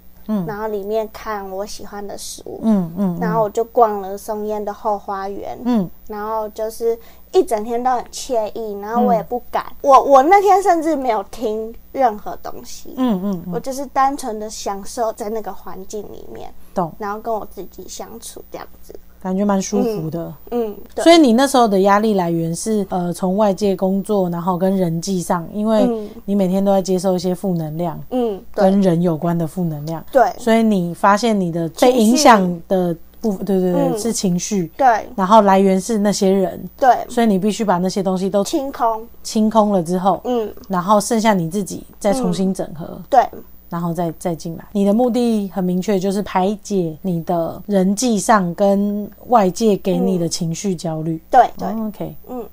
[SPEAKER 1] 然后里面看我喜欢的书，
[SPEAKER 2] 嗯嗯
[SPEAKER 1] 然
[SPEAKER 2] 嗯
[SPEAKER 1] 后我就逛了松烟的后花园，
[SPEAKER 2] 嗯，
[SPEAKER 1] 然后就是一整天都很惬意，然后
[SPEAKER 2] 嗯
[SPEAKER 1] 我也不敢，我我那天甚至没有听任何东西，
[SPEAKER 2] 嗯嗯嗯，
[SPEAKER 1] 我就是单纯的享受在那个环境里面，
[SPEAKER 2] 懂，
[SPEAKER 1] 然后跟我自己相处这样子。
[SPEAKER 2] 感觉蛮舒服的。
[SPEAKER 1] 嗯，对，
[SPEAKER 2] 所以你那时候的压力来源是呃，从外界工作，然后跟人际上，因为
[SPEAKER 1] 嗯
[SPEAKER 2] 你每天都在接受一些负能量，
[SPEAKER 1] 嗯，对
[SPEAKER 2] 跟人有关的负能量，
[SPEAKER 1] 对
[SPEAKER 2] 所以你发现你的
[SPEAKER 1] 情
[SPEAKER 2] 被
[SPEAKER 1] 绪
[SPEAKER 2] 影响的部分，对对对，
[SPEAKER 1] 嗯
[SPEAKER 2] 是情绪，
[SPEAKER 1] 对
[SPEAKER 2] 然后来源是那些人，
[SPEAKER 1] 对，
[SPEAKER 2] 所以你必须把那些东西都
[SPEAKER 1] 清空。
[SPEAKER 2] 清空了之后，
[SPEAKER 1] 嗯，
[SPEAKER 2] 然后剩下你自己再重新整合，
[SPEAKER 1] 对
[SPEAKER 2] 然后再再进来。你的目的很明确，就是排解你的人际上跟外界给你的情绪焦虑。
[SPEAKER 1] 嗯对对，
[SPEAKER 2] o k
[SPEAKER 1] 嗯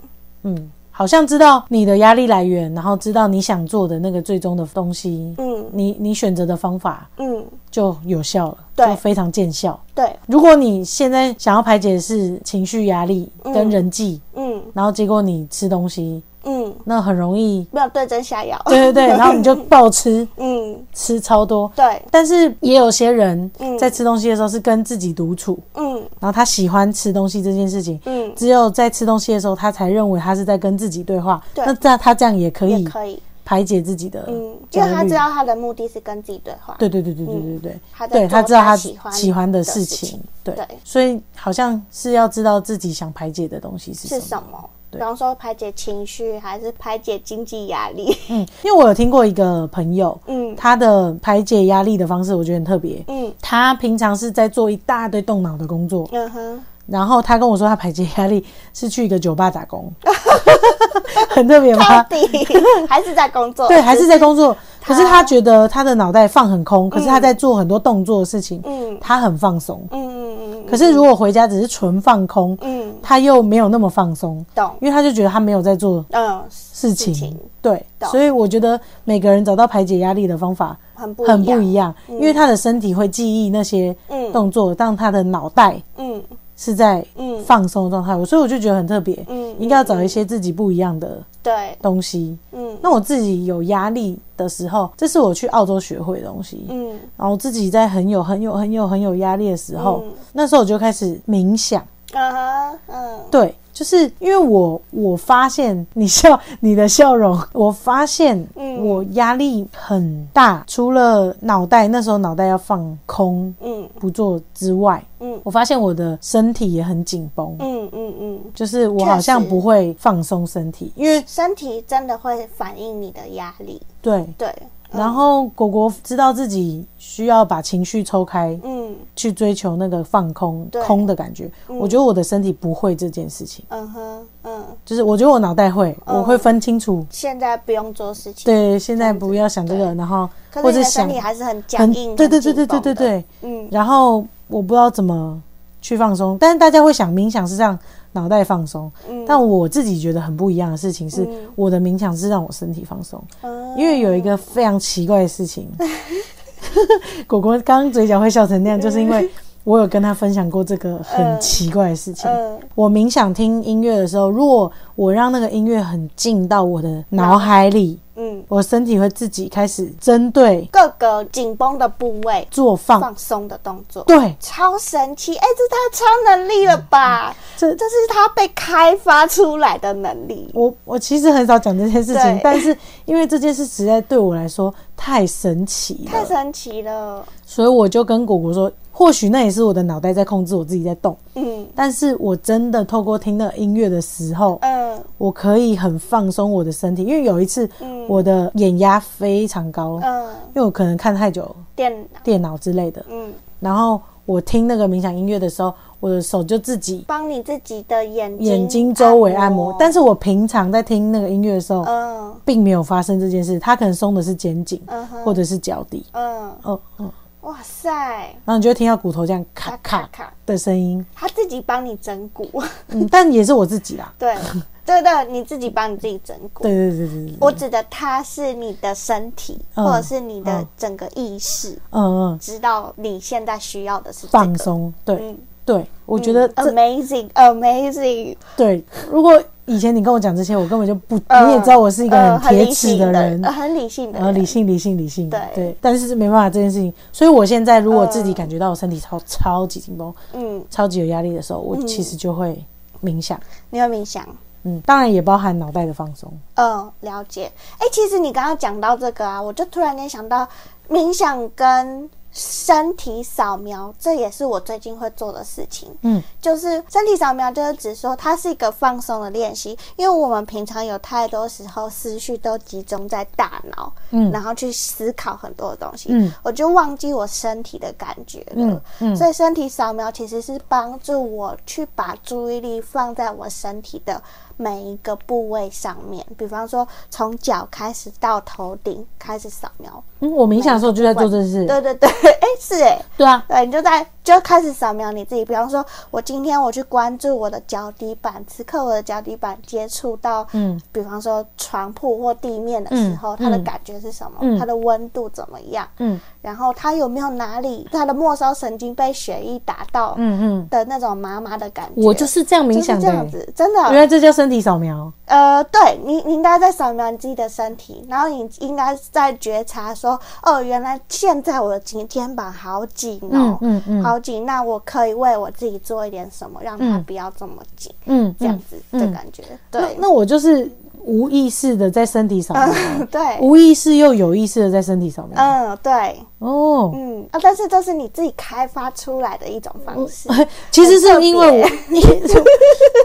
[SPEAKER 2] 嗯，好像知道你的压力来源，然后知道你想做的那个最终的东西，
[SPEAKER 1] 嗯
[SPEAKER 2] 你你选择的方法
[SPEAKER 1] 嗯，
[SPEAKER 2] 就有效了，
[SPEAKER 1] 对
[SPEAKER 2] 就非常见效。
[SPEAKER 1] 对，
[SPEAKER 2] 如果你现在想要排解的是情绪压力跟人际，
[SPEAKER 1] 嗯
[SPEAKER 2] 然后结果你吃东西，
[SPEAKER 1] 嗯，
[SPEAKER 2] 那很容易，
[SPEAKER 1] 没有对症下药。
[SPEAKER 2] 对 对对，然后你就暴吃，
[SPEAKER 1] 嗯，
[SPEAKER 2] 吃超多。
[SPEAKER 1] 对，
[SPEAKER 2] 但是也有些人
[SPEAKER 1] 嗯
[SPEAKER 2] 在吃东西的时候是跟自己独处，
[SPEAKER 1] 嗯
[SPEAKER 2] 然后他喜欢吃东西这件事情，
[SPEAKER 1] 嗯，
[SPEAKER 2] 只有在吃东西的时候，他才认为他是在跟自己对话。
[SPEAKER 1] 对
[SPEAKER 2] 那这样他这样也可
[SPEAKER 1] 也
[SPEAKER 2] 以
[SPEAKER 1] 可以。
[SPEAKER 2] 排解自己的
[SPEAKER 1] 嗯，因
[SPEAKER 2] 焦
[SPEAKER 1] 为他
[SPEAKER 2] 虑
[SPEAKER 1] 知。道他的目的是跟自己对话。
[SPEAKER 2] 对对对对对对对
[SPEAKER 1] 他在
[SPEAKER 2] 对，
[SPEAKER 1] 做
[SPEAKER 2] 他知道他
[SPEAKER 1] 喜欢
[SPEAKER 2] 喜欢的
[SPEAKER 1] 的
[SPEAKER 2] 事
[SPEAKER 1] 事
[SPEAKER 2] 情
[SPEAKER 1] 情，
[SPEAKER 2] 对
[SPEAKER 1] 对，
[SPEAKER 2] 所以好像是要知道自己想排解的东西是
[SPEAKER 1] 是
[SPEAKER 2] 什
[SPEAKER 1] 什
[SPEAKER 2] 么。
[SPEAKER 1] 么？
[SPEAKER 2] 对
[SPEAKER 1] 比方说排解情绪，还是排解经济压 力？
[SPEAKER 2] 嗯，因为我有听过一个朋友，
[SPEAKER 1] 嗯
[SPEAKER 2] 他的排解压力的方式我觉得很特别。
[SPEAKER 1] 嗯
[SPEAKER 2] 他平常是在做一大堆动脑的工作，
[SPEAKER 1] 嗯 哼，
[SPEAKER 2] 然后他跟我说他排解压力是去一个酒吧打工， 很特别
[SPEAKER 1] 到
[SPEAKER 2] 吧？
[SPEAKER 1] 底还是在工作？
[SPEAKER 2] 对，还是在工作，可
[SPEAKER 1] 他
[SPEAKER 2] 是他嗯觉得他的脑袋放很空，可是他在做很多动作的事情，
[SPEAKER 1] 嗯
[SPEAKER 2] 他很放松。
[SPEAKER 1] 嗯嗯嗯
[SPEAKER 2] 可是如果回家只是纯放空，
[SPEAKER 1] 嗯，
[SPEAKER 2] 他又没有那么放松，
[SPEAKER 1] 懂。
[SPEAKER 2] 因为他就觉得他没有在做
[SPEAKER 1] 嗯，
[SPEAKER 2] 事情。
[SPEAKER 1] 事情
[SPEAKER 2] 对，
[SPEAKER 1] 懂
[SPEAKER 2] 所以我觉得每个人找到排解压力的方法
[SPEAKER 1] 很不
[SPEAKER 2] 很不
[SPEAKER 1] 一
[SPEAKER 2] 一
[SPEAKER 1] 样。
[SPEAKER 2] 样，因为他的身体会记忆那些
[SPEAKER 1] 嗯
[SPEAKER 2] 动作，让他的脑袋
[SPEAKER 1] 嗯
[SPEAKER 2] 是在
[SPEAKER 1] 嗯
[SPEAKER 2] 放松的状态，所以我就觉得很特别。
[SPEAKER 1] 嗯，
[SPEAKER 2] 应该要找一些自己不一样的
[SPEAKER 1] 对，
[SPEAKER 2] 东西。
[SPEAKER 1] 嗯
[SPEAKER 2] 那我自己有压力的时候，这是我去澳洲学会的东西。
[SPEAKER 1] 嗯
[SPEAKER 2] 然后自己在很有、很有、很有、很有压力的时候，
[SPEAKER 1] 嗯
[SPEAKER 2] 那时候我就开始冥想。
[SPEAKER 1] 啊哈嗯
[SPEAKER 2] 对，就是因为我我发现你笑你的笑容，我发现
[SPEAKER 1] 嗯
[SPEAKER 2] 我压力很大，除了脑袋那时候脑袋要放空
[SPEAKER 1] 嗯
[SPEAKER 2] 不做之外，
[SPEAKER 1] 嗯
[SPEAKER 2] 我发现我的身体也很紧绷，
[SPEAKER 1] 嗯嗯嗯，
[SPEAKER 2] 就是我
[SPEAKER 1] 确
[SPEAKER 2] 好像
[SPEAKER 1] 实
[SPEAKER 2] 不会放松身体，因为
[SPEAKER 1] 身体真的会反映你的压力。
[SPEAKER 2] 对。
[SPEAKER 1] 对，嗯
[SPEAKER 2] 然后果果知道自己需要把情绪抽开，
[SPEAKER 1] 嗯
[SPEAKER 2] 去追求那个放空
[SPEAKER 1] 对
[SPEAKER 2] 空的感觉。我觉得我的身体不会这件事情，
[SPEAKER 1] 嗯哼嗯，
[SPEAKER 2] 就是我觉得我脑袋会，
[SPEAKER 1] 嗯
[SPEAKER 2] 我会分清楚。
[SPEAKER 1] 现在不用做事情，
[SPEAKER 2] 对，现在不要想这个，然后
[SPEAKER 1] 可
[SPEAKER 2] 或
[SPEAKER 1] 是
[SPEAKER 2] 者
[SPEAKER 1] 你的
[SPEAKER 2] 想
[SPEAKER 1] 身体还是很嗯僵
[SPEAKER 2] 很
[SPEAKER 1] 硬，
[SPEAKER 2] 对对
[SPEAKER 1] 很
[SPEAKER 2] 对
[SPEAKER 1] 紧
[SPEAKER 2] 对对
[SPEAKER 1] 绷
[SPEAKER 2] 对
[SPEAKER 1] 的
[SPEAKER 2] 对，
[SPEAKER 1] 嗯
[SPEAKER 2] 然后我不知道怎么去放松，但是大家会想冥想是让脑袋放松，
[SPEAKER 1] 嗯，
[SPEAKER 2] 但我自己觉得很不一样的事情是，
[SPEAKER 1] 嗯
[SPEAKER 2] 我的冥想是让我身体放松。
[SPEAKER 1] 嗯
[SPEAKER 2] 因为有一个非常奇怪的 事情，果果刚刚嘴角会笑成那样，就是因为我有跟他分享过这个很奇怪的事情。
[SPEAKER 1] 嗯
[SPEAKER 2] 我冥想听音乐的时候，如果我让那个音乐很进到我的脑海里，
[SPEAKER 1] 嗯，
[SPEAKER 2] 我身体会自己开始针对
[SPEAKER 1] 各个紧绷的部位
[SPEAKER 2] 做放。
[SPEAKER 1] 放松的动作，
[SPEAKER 2] 对，
[SPEAKER 1] 超神奇！哎、这是他超能力了吧？
[SPEAKER 2] 这
[SPEAKER 1] 这呃是他被开发出来的能力。
[SPEAKER 2] 我我其实很少讲这件事情
[SPEAKER 1] 对，
[SPEAKER 2] 但是因为这件事实在对我来说太神奇
[SPEAKER 1] 太
[SPEAKER 2] 了，
[SPEAKER 1] 神奇了，
[SPEAKER 2] 所以我就跟果果说，或许那也是我的脑袋在控制我自己在动，
[SPEAKER 1] 嗯
[SPEAKER 2] 但是我真的透过听那个音乐的时候，
[SPEAKER 1] 嗯
[SPEAKER 2] 我可以很放松我的身体，因为有一次
[SPEAKER 1] 嗯
[SPEAKER 2] 我的眼压非常高，
[SPEAKER 1] 嗯，
[SPEAKER 2] 因为我可能看太久
[SPEAKER 1] 电脑，
[SPEAKER 2] 电脑之类的，
[SPEAKER 1] 嗯，
[SPEAKER 2] 然后我听那个冥想音乐的时候，我的手就自己
[SPEAKER 1] 帮你自己的眼睛
[SPEAKER 2] 眼睛周围按摩，但
[SPEAKER 1] 是
[SPEAKER 2] 是我平常在听那个音乐的时候，
[SPEAKER 1] 嗯
[SPEAKER 2] 并没有发生这件事，他可能松的是肩颈
[SPEAKER 1] 嗯哼
[SPEAKER 2] 或者是脚底，
[SPEAKER 1] 嗯，
[SPEAKER 2] 哦哦，
[SPEAKER 1] 哇塞，
[SPEAKER 2] 然后你就会听到骨头这样咔
[SPEAKER 1] 咔咔
[SPEAKER 2] 咔
[SPEAKER 1] 咔，
[SPEAKER 2] 的声音，
[SPEAKER 1] 他自己帮你整骨，
[SPEAKER 2] 嗯，但也是我自己啦，
[SPEAKER 1] 对对对，你自己帮你自己整骨。
[SPEAKER 2] 对对对对对，
[SPEAKER 1] 我指的他是你的身体，
[SPEAKER 2] 嗯
[SPEAKER 1] 或者是你的
[SPEAKER 2] 嗯
[SPEAKER 1] 整个意识，
[SPEAKER 2] 嗯嗯，
[SPEAKER 1] 知道你现在需要的是、这个、
[SPEAKER 2] 放。松，对
[SPEAKER 1] 嗯，
[SPEAKER 2] 对，我觉得这
[SPEAKER 1] amazing amazing，
[SPEAKER 2] 对，如果以前你跟我讲这些，我根本就不，
[SPEAKER 1] 嗯
[SPEAKER 2] 你也知道我是一个
[SPEAKER 1] 呃
[SPEAKER 2] 很铁
[SPEAKER 1] 理
[SPEAKER 2] 齿
[SPEAKER 1] 性的
[SPEAKER 2] 人
[SPEAKER 1] 呃。很理性的
[SPEAKER 2] 然后
[SPEAKER 1] 人，
[SPEAKER 2] 理性理性理性，
[SPEAKER 1] 对
[SPEAKER 2] 对，但是没办法这件事情，所以我现在如果自己
[SPEAKER 1] 嗯
[SPEAKER 2] 感觉到我身体超超级紧绷、
[SPEAKER 1] 嗯，
[SPEAKER 2] 超级有压力的时候，我其实就会冥想，
[SPEAKER 1] 你有冥想，
[SPEAKER 2] 嗯，当然也包含脑袋的放松，
[SPEAKER 1] 嗯，了解。哎、其实你刚刚讲到这个啊，我就突然间想到，冥想跟身体扫描，这也是我最近会做的事情。
[SPEAKER 2] 嗯，
[SPEAKER 1] 就是身体扫描，就是指说它是一个放松的练习，因为我们平常有太多时候思绪都集中在大脑，
[SPEAKER 2] 嗯
[SPEAKER 1] 然后去思考很多的东西，
[SPEAKER 2] 嗯，
[SPEAKER 1] 我就忘记我身体的感觉了，
[SPEAKER 2] 嗯嗯
[SPEAKER 1] 所以身体扫描其实是帮助我去把注意力放在我身体的每一个部位上面，比方说从脚开始到头顶开始扫描，
[SPEAKER 2] 嗯，我冥想的时候就在做这事，
[SPEAKER 1] 对对对， 哎、是哎、
[SPEAKER 2] 对啊，
[SPEAKER 1] 对，你就在就开始扫描你自己。比方说，我今天我去关注我的脚底板，此刻我的脚底板接触到，
[SPEAKER 2] 嗯，
[SPEAKER 1] 比方说床铺或地面的时候，
[SPEAKER 2] 嗯
[SPEAKER 1] 它的
[SPEAKER 2] 嗯
[SPEAKER 1] 感觉是什么？
[SPEAKER 2] 嗯
[SPEAKER 1] 它的温度怎么样？
[SPEAKER 2] 嗯
[SPEAKER 1] 然后它有没有哪里它的末梢神经被血液打到
[SPEAKER 2] 嗯嗯，
[SPEAKER 1] 的那种麻麻的感觉？
[SPEAKER 2] 我就是这样冥想
[SPEAKER 1] 就是
[SPEAKER 2] 的
[SPEAKER 1] 这样
[SPEAKER 2] 欸，
[SPEAKER 1] 子，真的。
[SPEAKER 2] 原来这叫身体扫描，
[SPEAKER 1] 呃，对你，你应该在扫描你自己的身体，然后你应该在觉察说，哦，原来现在我的肩肩膀好紧哦，
[SPEAKER 2] 嗯嗯嗯
[SPEAKER 1] 好紧，那我可以为我自己做一点什么，让它
[SPEAKER 2] 嗯
[SPEAKER 1] 不要这么紧，
[SPEAKER 2] 嗯，
[SPEAKER 1] 这样
[SPEAKER 2] 嗯
[SPEAKER 1] 子
[SPEAKER 2] 嗯
[SPEAKER 1] 的感觉，
[SPEAKER 2] 那
[SPEAKER 1] 对，啊
[SPEAKER 2] 那我就是无意识的在身体扫描，
[SPEAKER 1] 对，
[SPEAKER 2] 无意识又有意识的在身体扫描，
[SPEAKER 1] 嗯，对，
[SPEAKER 2] 哦，
[SPEAKER 1] 嗯，啊，但是这是你自己开发出来的一种方式，
[SPEAKER 2] 其实是因为我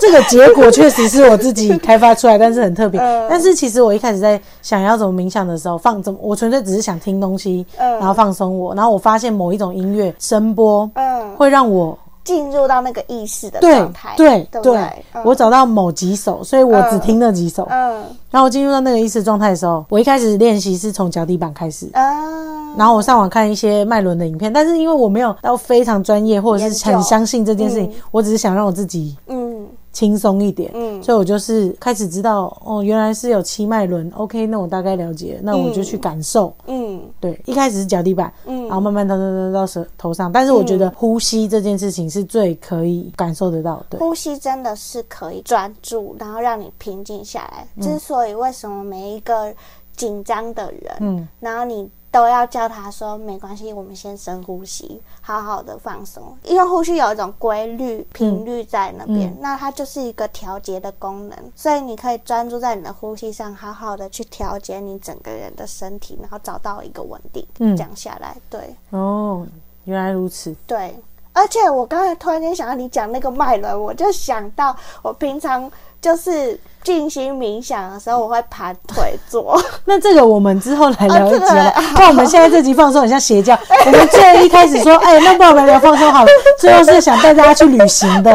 [SPEAKER 2] 这个结果确实是我自己开发出来，但是很特别。
[SPEAKER 1] 嗯
[SPEAKER 2] 但是其实我一开始在想要怎么冥想的时候，放怎么，我纯粹只是想听东西，
[SPEAKER 1] 嗯
[SPEAKER 2] 然后放松我。然后我发现某一种音乐声波
[SPEAKER 1] 嗯，
[SPEAKER 2] 会让我
[SPEAKER 1] 进入到那个意识的
[SPEAKER 2] 对
[SPEAKER 1] 状态，
[SPEAKER 2] 对
[SPEAKER 1] 对不
[SPEAKER 2] 对
[SPEAKER 1] 对，嗯
[SPEAKER 2] 我找到某几首，所以我只听那几首。
[SPEAKER 1] 嗯
[SPEAKER 2] 然后我进入到那个意识状态的时候，我一开始练习是从脚底板开始。
[SPEAKER 1] 嗯，
[SPEAKER 2] 然后我上网看一些脉轮的影片，但是因为我没有到非常专业或者是
[SPEAKER 1] 研
[SPEAKER 2] 很
[SPEAKER 1] 究
[SPEAKER 2] 相信这件事情，我只是想让我自己
[SPEAKER 1] 嗯
[SPEAKER 2] 轻松一点，
[SPEAKER 1] 嗯
[SPEAKER 2] 所以我就是开始知道哦，原来是有七脉轮，OK，那我大概了解，那我就去感受。
[SPEAKER 1] 嗯
[SPEAKER 2] 对，一开始是脚底板，
[SPEAKER 1] 嗯
[SPEAKER 2] 然后慢慢到到到到舌头上，但是我觉得呼吸这件事情是最可以感受得到的。对，
[SPEAKER 1] 呼吸真的是可以专注，然后让你平静下来。
[SPEAKER 2] 嗯
[SPEAKER 1] 之所以为什么每一个紧张的人，
[SPEAKER 2] 嗯
[SPEAKER 1] 然后你都要叫他说没关系，我们先深呼吸，好好的放松，因为呼吸有一种规律、
[SPEAKER 2] 嗯
[SPEAKER 1] 频率在那边，那它就是一个调节的功能，所以你可以专注在你的呼吸上，好好的去调节你整个人的身体，然后找到一个稳定。
[SPEAKER 2] 嗯
[SPEAKER 1] 这样下来，对
[SPEAKER 2] 哦，原来如此。
[SPEAKER 1] 对，而且我刚才突然间想到你讲那个脉轮，我就想到我平常就是静心冥想的时候，我会盘腿 坐。
[SPEAKER 2] 那这个我们之后来聊一集
[SPEAKER 1] 啊
[SPEAKER 2] 吧
[SPEAKER 1] 这个。
[SPEAKER 2] 不然我们现在这集放松很像 邪教。我们最一开始说，哎、那不然我们聊放松好了，最后是想带大家去旅行 的，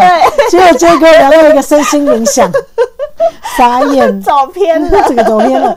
[SPEAKER 2] 结果结果聊到一个身心冥想，傻眼。
[SPEAKER 1] 走偏了，
[SPEAKER 2] 这个走偏了。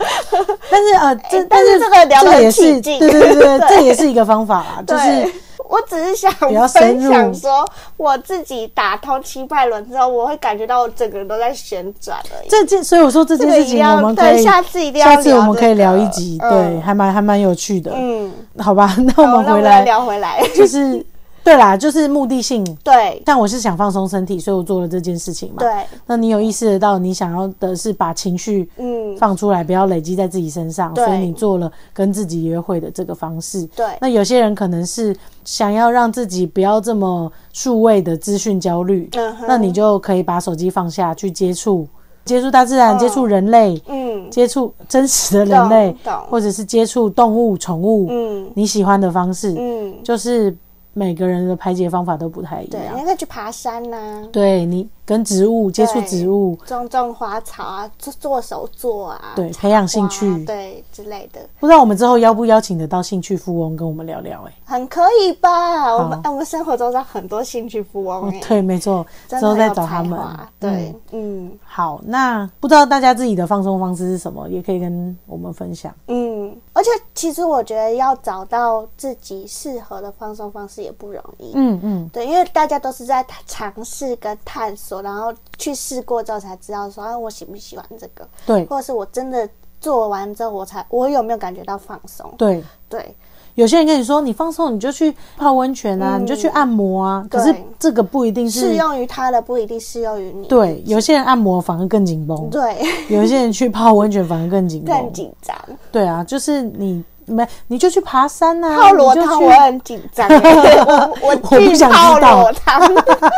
[SPEAKER 2] 但是呃，这
[SPEAKER 1] 哎但是这个聊得
[SPEAKER 2] 这也
[SPEAKER 1] 很
[SPEAKER 2] 是
[SPEAKER 1] 起
[SPEAKER 2] 对
[SPEAKER 1] 劲
[SPEAKER 2] 对对 对，
[SPEAKER 1] 对
[SPEAKER 2] 这也是一个方法啦，就是
[SPEAKER 1] 对。我只是想
[SPEAKER 2] 比较深
[SPEAKER 1] 分
[SPEAKER 2] 入
[SPEAKER 1] 享说，我自己打通七脉轮之后，我会感觉到我整个人都在旋转而已。
[SPEAKER 2] 这件，所以我说这
[SPEAKER 1] 这
[SPEAKER 2] 件
[SPEAKER 1] 个
[SPEAKER 2] 事
[SPEAKER 1] 一定
[SPEAKER 2] 情
[SPEAKER 1] 要
[SPEAKER 2] 我们可
[SPEAKER 1] 对，
[SPEAKER 2] 以。
[SPEAKER 1] 下次一定要
[SPEAKER 2] 下
[SPEAKER 1] 聊、
[SPEAKER 2] 次我们可以聊一集，对，，还蛮还蛮有趣的，
[SPEAKER 1] 嗯，
[SPEAKER 2] 好吧？那我
[SPEAKER 1] 好
[SPEAKER 2] 们
[SPEAKER 1] 那我
[SPEAKER 2] 回
[SPEAKER 1] 们来
[SPEAKER 2] 来
[SPEAKER 1] 聊回来。
[SPEAKER 2] 就是对啦，就是目的性。
[SPEAKER 1] 对
[SPEAKER 2] 但我是想放松身体，所以我做了这件事情嘛。
[SPEAKER 1] 对，
[SPEAKER 2] 那你有意识得到，你想要的是把情绪
[SPEAKER 1] 嗯，
[SPEAKER 2] 放出来，不要累积在自己身上，
[SPEAKER 1] 对
[SPEAKER 2] 所以你做了跟自己约会的这个方式。
[SPEAKER 1] 对
[SPEAKER 2] 那有些人可能是想要让自己不要这么数位的资讯焦虑，
[SPEAKER 1] 嗯哼
[SPEAKER 2] 那你就可以把手机放下，去接触接触大自然，
[SPEAKER 1] 嗯
[SPEAKER 2] 接触人类，
[SPEAKER 1] 嗯
[SPEAKER 2] 接触真实的人类
[SPEAKER 1] 懂懂，
[SPEAKER 2] 或者是接触动物、宠物，
[SPEAKER 1] 嗯
[SPEAKER 2] 你喜欢的方式，
[SPEAKER 1] 嗯，
[SPEAKER 2] 就是每个人的排解方法都不太一
[SPEAKER 1] 对，
[SPEAKER 2] 样
[SPEAKER 1] 你。可以去爬山啊呐、
[SPEAKER 2] 对你跟植物接触
[SPEAKER 1] 对
[SPEAKER 2] 植物，
[SPEAKER 1] 种种花草啊，做做手作啊，
[SPEAKER 2] 对，培养兴
[SPEAKER 1] 哇
[SPEAKER 2] 趣。
[SPEAKER 1] 对之类的，
[SPEAKER 2] 不知道我们之后邀不邀请得到兴趣富翁跟我们聊聊、欸？
[SPEAKER 1] 很可以吧？我们
[SPEAKER 2] 好
[SPEAKER 1] 哎我们生活中有很多兴趣富翁
[SPEAKER 2] 哦
[SPEAKER 1] 哎、，
[SPEAKER 2] 对，没错，
[SPEAKER 1] 真
[SPEAKER 2] 之
[SPEAKER 1] 的
[SPEAKER 2] 后
[SPEAKER 1] 很
[SPEAKER 2] 再
[SPEAKER 1] 有
[SPEAKER 2] 找
[SPEAKER 1] 才
[SPEAKER 2] 他们
[SPEAKER 1] 华。。
[SPEAKER 2] 嗯
[SPEAKER 1] 对，嗯
[SPEAKER 2] 好，那不知道大家自己的放松方式是什么，也可以跟我们分享。
[SPEAKER 1] 嗯，而且其实我觉得要找到自己适合的放松方式也不容易。
[SPEAKER 2] 嗯嗯，
[SPEAKER 1] 对，因为大家都是在尝试跟探索，然后去试过之后才知道说，啊，我喜不喜欢这个，
[SPEAKER 2] 对
[SPEAKER 1] 或者是我真的做完之后，我才我有没有感觉到放松？
[SPEAKER 2] 对，
[SPEAKER 1] 对，
[SPEAKER 2] 有些人跟你说你放松，你就去泡温泉啊，
[SPEAKER 1] 嗯
[SPEAKER 2] 你就去按摩啊，可
[SPEAKER 1] 对
[SPEAKER 2] 是这个不一定
[SPEAKER 1] 适
[SPEAKER 2] 是。
[SPEAKER 1] 用于他的不一定适用于你。
[SPEAKER 2] 嗯对，有些人按摩反而更紧绷，
[SPEAKER 1] 对，
[SPEAKER 2] 有些人去泡温泉反而更紧绷
[SPEAKER 1] 更。紧张，
[SPEAKER 2] 对啊，就是你没你就去爬山啊，
[SPEAKER 1] 泡裸
[SPEAKER 2] 你就
[SPEAKER 1] 汤
[SPEAKER 2] 去
[SPEAKER 1] 我很紧张欸， 我我
[SPEAKER 2] 不
[SPEAKER 1] 去
[SPEAKER 2] 想知
[SPEAKER 1] 泡
[SPEAKER 2] 道
[SPEAKER 1] 裸汤，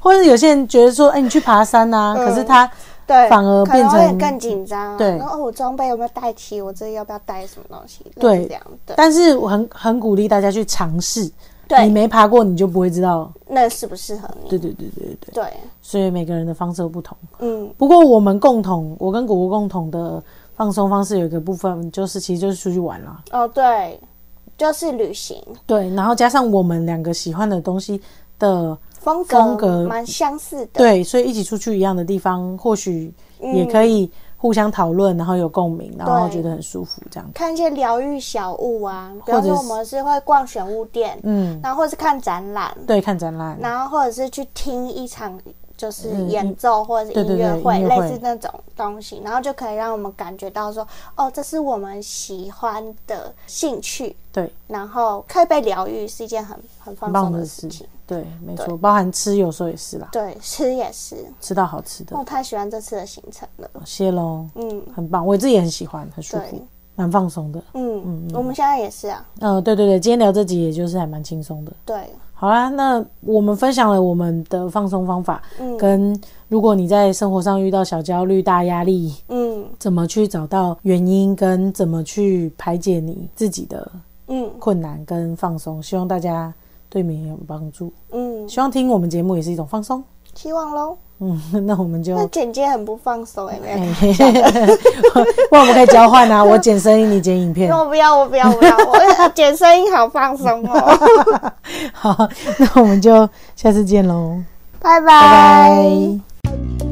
[SPEAKER 2] 或者有些人觉得说，哎、你去爬山啊，
[SPEAKER 1] 嗯
[SPEAKER 2] 可是他
[SPEAKER 1] 对，
[SPEAKER 2] 反而
[SPEAKER 1] 可能
[SPEAKER 2] 变
[SPEAKER 1] 会
[SPEAKER 2] 成
[SPEAKER 1] 更紧张啊。
[SPEAKER 2] 对
[SPEAKER 1] 然后哦我装备有没有带齐？我这要不要带什么东西？
[SPEAKER 2] 对
[SPEAKER 1] 类似这样对，
[SPEAKER 2] 但是我很很鼓励大家去尝试，
[SPEAKER 1] 对
[SPEAKER 2] 你没爬过你就不会知道。
[SPEAKER 1] 那适不适合你？
[SPEAKER 2] 对对对对对，
[SPEAKER 1] 对，
[SPEAKER 2] 所以每个人的方式都不同。
[SPEAKER 1] 嗯
[SPEAKER 2] 不过我们共同，我跟果果共同的放松方式有一个部分，就是其实就是出去玩啦。
[SPEAKER 1] 哦对，就是旅行
[SPEAKER 2] 对，然后加上我们两个喜欢的东西的，
[SPEAKER 1] 风格
[SPEAKER 2] 风格
[SPEAKER 1] 蛮相似的，嗯
[SPEAKER 2] 对，嗯所以一起出去一样的地方，或许也可以互相讨论，然后有共鸣，然后
[SPEAKER 1] 对
[SPEAKER 2] 觉得很舒服这样。
[SPEAKER 1] 看一些疗愈小物啊，比
[SPEAKER 2] 或
[SPEAKER 1] 方
[SPEAKER 2] 者
[SPEAKER 1] 说我
[SPEAKER 2] 是
[SPEAKER 1] 们是会逛选物店，
[SPEAKER 2] 嗯，
[SPEAKER 1] 然后或是看展览，
[SPEAKER 2] 对，看展览。
[SPEAKER 1] 然后或者是去听一场就是
[SPEAKER 2] 嗯
[SPEAKER 1] 演奏或者是
[SPEAKER 2] 对对
[SPEAKER 1] 音乐
[SPEAKER 2] 对
[SPEAKER 1] 会，
[SPEAKER 2] 音乐
[SPEAKER 1] 类
[SPEAKER 2] 会
[SPEAKER 1] 似那种东西，然后就可以让我们感觉到说，哦，这是我们喜欢的兴趣，
[SPEAKER 2] 对，
[SPEAKER 1] 然后可以被疗愈，是一件很很放松
[SPEAKER 2] 很棒
[SPEAKER 1] 的
[SPEAKER 2] 的
[SPEAKER 1] 事
[SPEAKER 2] 事
[SPEAKER 1] 情。，
[SPEAKER 2] 对，没
[SPEAKER 1] 对
[SPEAKER 2] 错，包含吃有时候也是啦，
[SPEAKER 1] 对，哦吃也是，
[SPEAKER 2] 吃到好吃的
[SPEAKER 1] 我，太喜欢这次的行程了。
[SPEAKER 2] 谢喽，
[SPEAKER 1] 嗯，
[SPEAKER 2] 很棒，我自己也很喜欢，很舒
[SPEAKER 1] 对
[SPEAKER 2] 服，，蛮放松的。
[SPEAKER 1] 嗯，我们现在也是啊，
[SPEAKER 2] 嗯、对对对，今天聊这集也就是还蛮轻松的。
[SPEAKER 1] 对，
[SPEAKER 2] 好啦，那我们分享了我们的放松方法，
[SPEAKER 1] 嗯
[SPEAKER 2] 跟如果你在生活上遇到小焦虑、大压力，
[SPEAKER 1] 嗯
[SPEAKER 2] 怎么去找到原因，跟怎么去排解你自己的
[SPEAKER 1] 嗯
[SPEAKER 2] 困难跟放松。希望大家对你有帮助，
[SPEAKER 1] 嗯，
[SPEAKER 2] 希望听我们节目也是一种放松。
[SPEAKER 1] 希望喽。
[SPEAKER 2] 嗯， 那我们就
[SPEAKER 1] 那简介很不放松哎，没有
[SPEAKER 2] 哎，不然我们可以交换啊，我剪声音，你剪 影片。
[SPEAKER 1] 我不要，我不要，我不要，我 剪声音好放松哦。
[SPEAKER 2] 好，那我们就下次见喽，
[SPEAKER 1] 拜拜。
[SPEAKER 2] 拜拜。